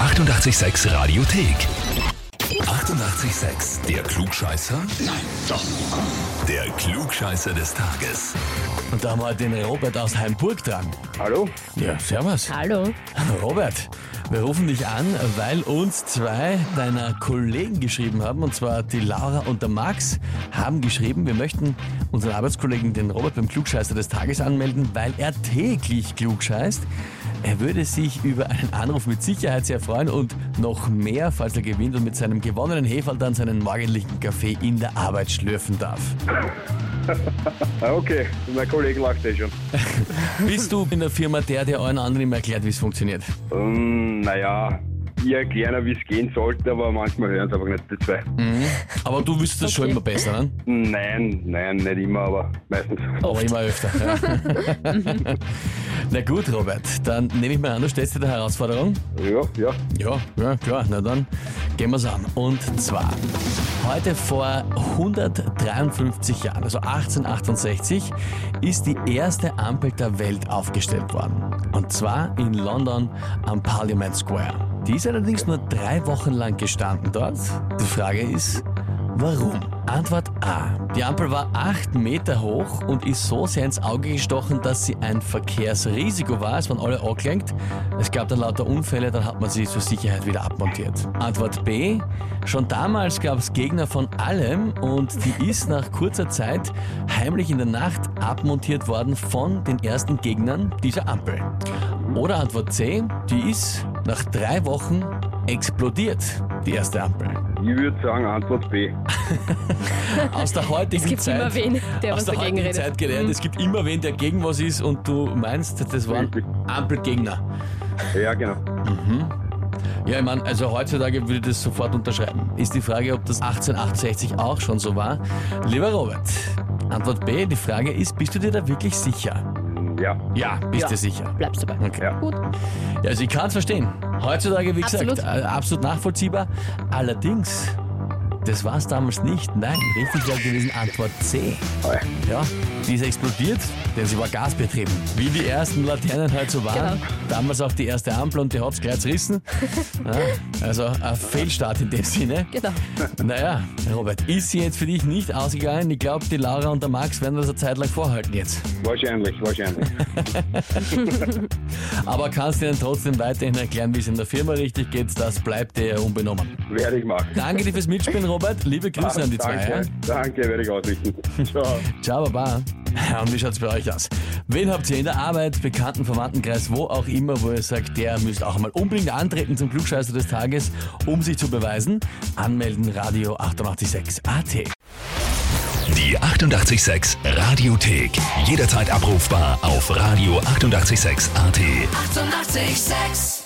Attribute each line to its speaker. Speaker 1: 886 Radiothek. 88,6. Der Klugscheißer? Nein, doch. Der Klugscheißer des Tages.
Speaker 2: Und da haben wir den Robert aus Heimburg dran.
Speaker 3: Hallo?
Speaker 2: Ja, servus.
Speaker 4: Hallo.
Speaker 2: Robert, wir rufen dich an, weil uns zwei deiner Kollegen geschrieben haben, und zwar die Laura und der Max, haben geschrieben, wir möchten unseren Arbeitskollegen, den Robert, beim Klugscheißer des Tages anmelden, weil er täglich klugscheißt. Er würde sich über einen Anruf mit Sicherheit sehr freuen und noch mehr, falls er gewinnt und mit seinem gewonnenen Heferl dann seinen morgendlichen Kaffee in der Arbeit schlürfen darf.
Speaker 3: Ah, okay, mein Kollege lacht eh schon.
Speaker 2: Bist du in der Firma der, der allen anderen immer erklärt, wie es funktioniert?
Speaker 3: Ähm, naja, ihr erklären, wie es gehen sollte, aber manchmal hören es einfach nicht die zwei.
Speaker 2: Aber du wüsstest das schon immer besser, ne?
Speaker 3: Nein, nein, nicht immer, aber meistens.
Speaker 2: Aber immer öfter. Ja. na gut, Robert, dann nehme ich mal an, du stellst dir die Herausforderung.
Speaker 3: Ja, ja.
Speaker 2: Ja, ja, klar, na dann gehen wir's an. Und zwar, heute vor 153 Jahren, also 1868, ist die erste Ampel der Welt aufgestellt worden. Und zwar in London am Parliament Square. Die ist allerdings nur drei Wochen lang gestanden dort. Die Frage ist, Warum? Antwort A. Die Ampel war 8 Meter hoch und ist so sehr ins Auge gestochen, dass sie ein Verkehrsrisiko war. Es waren alle angelenkt. Es gab dann lauter Unfälle, dann hat man sie zur Sicherheit wieder abmontiert. Antwort B. Schon damals gab es Gegner von allem und die ist nach kurzer Zeit heimlich in der Nacht abmontiert worden von den ersten Gegnern dieser Ampel. Oder Antwort C. Die ist nach drei Wochen explodiert, die erste Ampel.
Speaker 3: Ich würde sagen, Antwort B.
Speaker 2: aus der heutigen
Speaker 4: Es gibt
Speaker 2: Zeit.
Speaker 4: immer wen, der
Speaker 2: aus
Speaker 4: was
Speaker 2: der
Speaker 4: dagegen
Speaker 2: heutigen
Speaker 4: redet. Mhm.
Speaker 2: Zeit gelernt, es gibt immer wen, der gegen was ist und du meinst, das waren
Speaker 3: Richtig.
Speaker 2: Ampelgegner.
Speaker 3: Ja, genau.
Speaker 2: Ja, ich meine, also heutzutage würde ich das sofort unterschreiben. Ist die Frage, ob das 1868 auch schon so war. Lieber Robert, Antwort B, die Frage ist, bist du dir da wirklich sicher?
Speaker 3: Ja.
Speaker 2: Ja, bist
Speaker 4: Ja.
Speaker 2: du sicher.
Speaker 4: Bleibst dabei.
Speaker 2: Okay.
Speaker 3: Ja.
Speaker 4: Gut.
Speaker 2: Ja, also ich kann es verstehen. Heutzutage, wie gesagt,
Speaker 4: Absolut.
Speaker 2: äh, absolut nachvollziehbar. Allerdings, das war es damals nicht. Nein, richtig wäre gewesen Antwort C.
Speaker 3: Hi.
Speaker 2: Ja, die ist explodiert, denn sie war gasbetrieben. Wie die ersten Laternen halt so waren.
Speaker 4: Genau.
Speaker 2: Damals auch die erste Ampel und die hat's gleich zerrissen. Ja, also ein Fehlstart in dem Sinne.
Speaker 4: Genau.
Speaker 2: Naja, Robert, ist sie jetzt für dich nicht ausgegangen? Ich glaube, die Laura und der Max werden das eine Zeit lang vorhalten jetzt.
Speaker 3: Wahrscheinlich, wahrscheinlich.
Speaker 2: Aber kannst du ihnen trotzdem weiterhin erklären, wie es in der Firma richtig geht? Das bleibt dir unbenommen.
Speaker 3: werde ich machen.
Speaker 2: Danke dir fürs Mitspielen, Robert. Liebe Grüße an die zwei.
Speaker 3: danke,
Speaker 2: ja?
Speaker 3: danke, werde ich ausrichten. Ciao.
Speaker 2: Ciao, Baba. Ja, Und wie schaut's bei euch aus? Wen habt ihr in der Arbeit, Bekannten, Verwandtenkreis, wo auch immer, wo ihr sagt, der müsst auch mal unbedingt antreten zum Klugscheißer des Tages, um sich zu beweisen? Anmelden, Radio 886 AT.
Speaker 1: Die 88,6 Radiothek. Jederzeit abrufbar auf radio886.at. 88,6.
Speaker 5: Eighty-eight, sex.